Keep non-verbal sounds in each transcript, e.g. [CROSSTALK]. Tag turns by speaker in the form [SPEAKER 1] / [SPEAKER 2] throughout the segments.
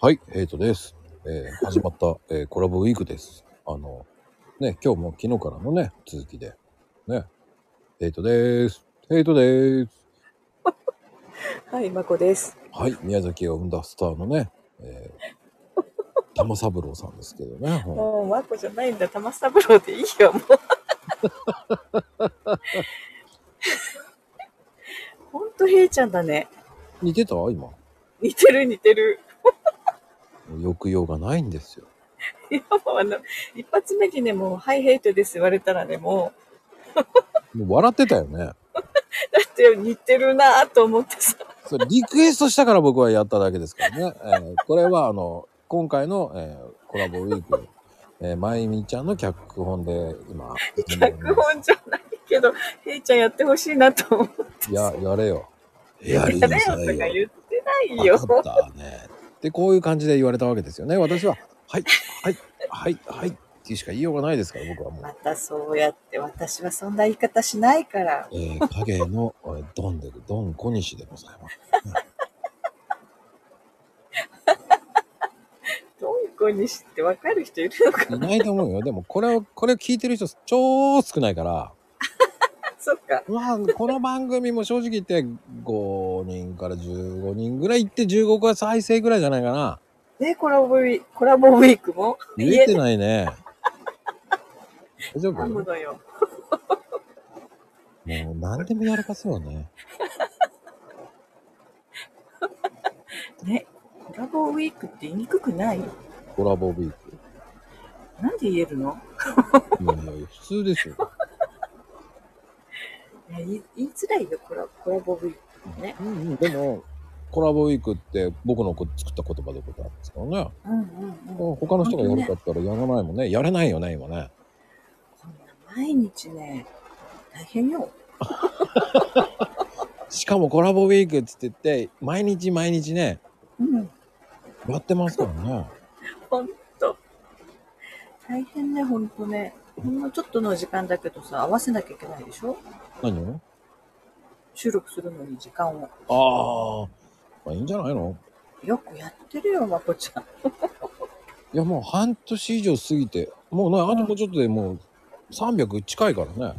[SPEAKER 1] はい、ヘイトです。えー始まった、 [LAUGHS] えーコラボウィークです。あの、ね、今日も昨日からのね、続きで、ね、ヘイトです。ヘイトです。
[SPEAKER 2] はい、まこです。
[SPEAKER 1] はい、宮崎を生んだスターのね、え
[SPEAKER 2] [LAUGHS]
[SPEAKER 1] ー、玉三郎さんですけどね。ほん
[SPEAKER 2] もう、まこじゃないんだ。玉三郎でいいよ、もう。 [LAUGHS] ほんと、へいちゃんだね。
[SPEAKER 1] 似てた今。
[SPEAKER 2] 似てる、似てる。
[SPEAKER 1] 抑揚がないんですよ。
[SPEAKER 2] いや、もうあの、一発目にね、もう、はい、ヘイトです言われたらね、も
[SPEAKER 1] もう笑ってたよね。
[SPEAKER 2] う、だって似てるなぁと思ってさ。
[SPEAKER 1] それリクエストしたから僕はやっただけですからね。えーこれはあの、今回の、えーコラボウィーク、えー、まゆみちゃんの脚本で今、
[SPEAKER 2] 脚本じゃないけど、へいちゃんやってほしいなと思って
[SPEAKER 1] いや、やれよ。
[SPEAKER 2] や
[SPEAKER 1] や
[SPEAKER 2] れ
[SPEAKER 1] り
[SPEAKER 2] よと
[SPEAKER 1] な
[SPEAKER 2] か
[SPEAKER 1] さいよ。
[SPEAKER 2] 言ってないよ
[SPEAKER 1] わ。かったね。で、こういう感じで言われたわけですよね。私は、はい、はい、はい、はい、っていうしか言いようがないですから、僕はもう
[SPEAKER 2] ま。たそうやって、私はそんな言い方しないから。
[SPEAKER 1] えー、影の、えードンで、ドン小西でございます。
[SPEAKER 2] どんこにしてわかる人いるのか
[SPEAKER 1] いないと思うよ。でも、これを、これを聞いてる人、超少ないから、
[SPEAKER 2] なそっか。
[SPEAKER 1] まあ、この番組も正直言って、5人から15人ぐらい行って、15回再生ぐらいじゃないかな。
[SPEAKER 2] ね、コラボウィコラボウィークも
[SPEAKER 1] 見えてないね。大丈夫
[SPEAKER 2] 噛むのよ。
[SPEAKER 1] もう何でもやらかそうね。
[SPEAKER 2] ね、コラボウィークって言いにくくない
[SPEAKER 1] コラボウィーク。
[SPEAKER 2] なんで言えるの
[SPEAKER 1] いやいや、普通ですよ。
[SPEAKER 2] いや言い言いづらいよ、コラコラボウィークね。
[SPEAKER 1] うんうん、でも、コラボウィークって僕の作った言葉でことなんですけどね。
[SPEAKER 2] うんうんうん。
[SPEAKER 1] 他の人がやるかったらやらないもんね。やれないよね、今ね。
[SPEAKER 2] こんな毎日ね、大変よ。
[SPEAKER 1] しかもコラボウィークって言って、毎日毎日ね、
[SPEAKER 2] うん、
[SPEAKER 1] やってますからね。
[SPEAKER 2] ほんと。大変ね、ほんとね。ほんのちょっとの時間だけどさ、合わせなきゃいけないでしょ
[SPEAKER 1] 何を
[SPEAKER 2] 収録するのに時間を。
[SPEAKER 1] ああ、まあいいんじゃないの
[SPEAKER 2] よくやってるよ、まこちゃん。
[SPEAKER 1] いや、もう半年以上過ぎて、もうね、あともうちょっとでもう300近いからね。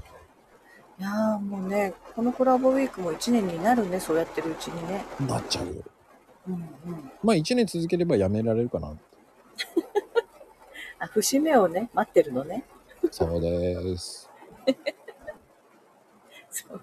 [SPEAKER 2] いやーもうね、このコラボウィークも1年になるね、そうやってるうちにね。
[SPEAKER 1] なっちゃうよ。
[SPEAKER 2] うんうん。
[SPEAKER 1] まあ1年続ければやめられるかな。
[SPEAKER 2] あ、節目をね、待ってるのね。
[SPEAKER 1] そうです。
[SPEAKER 2] そう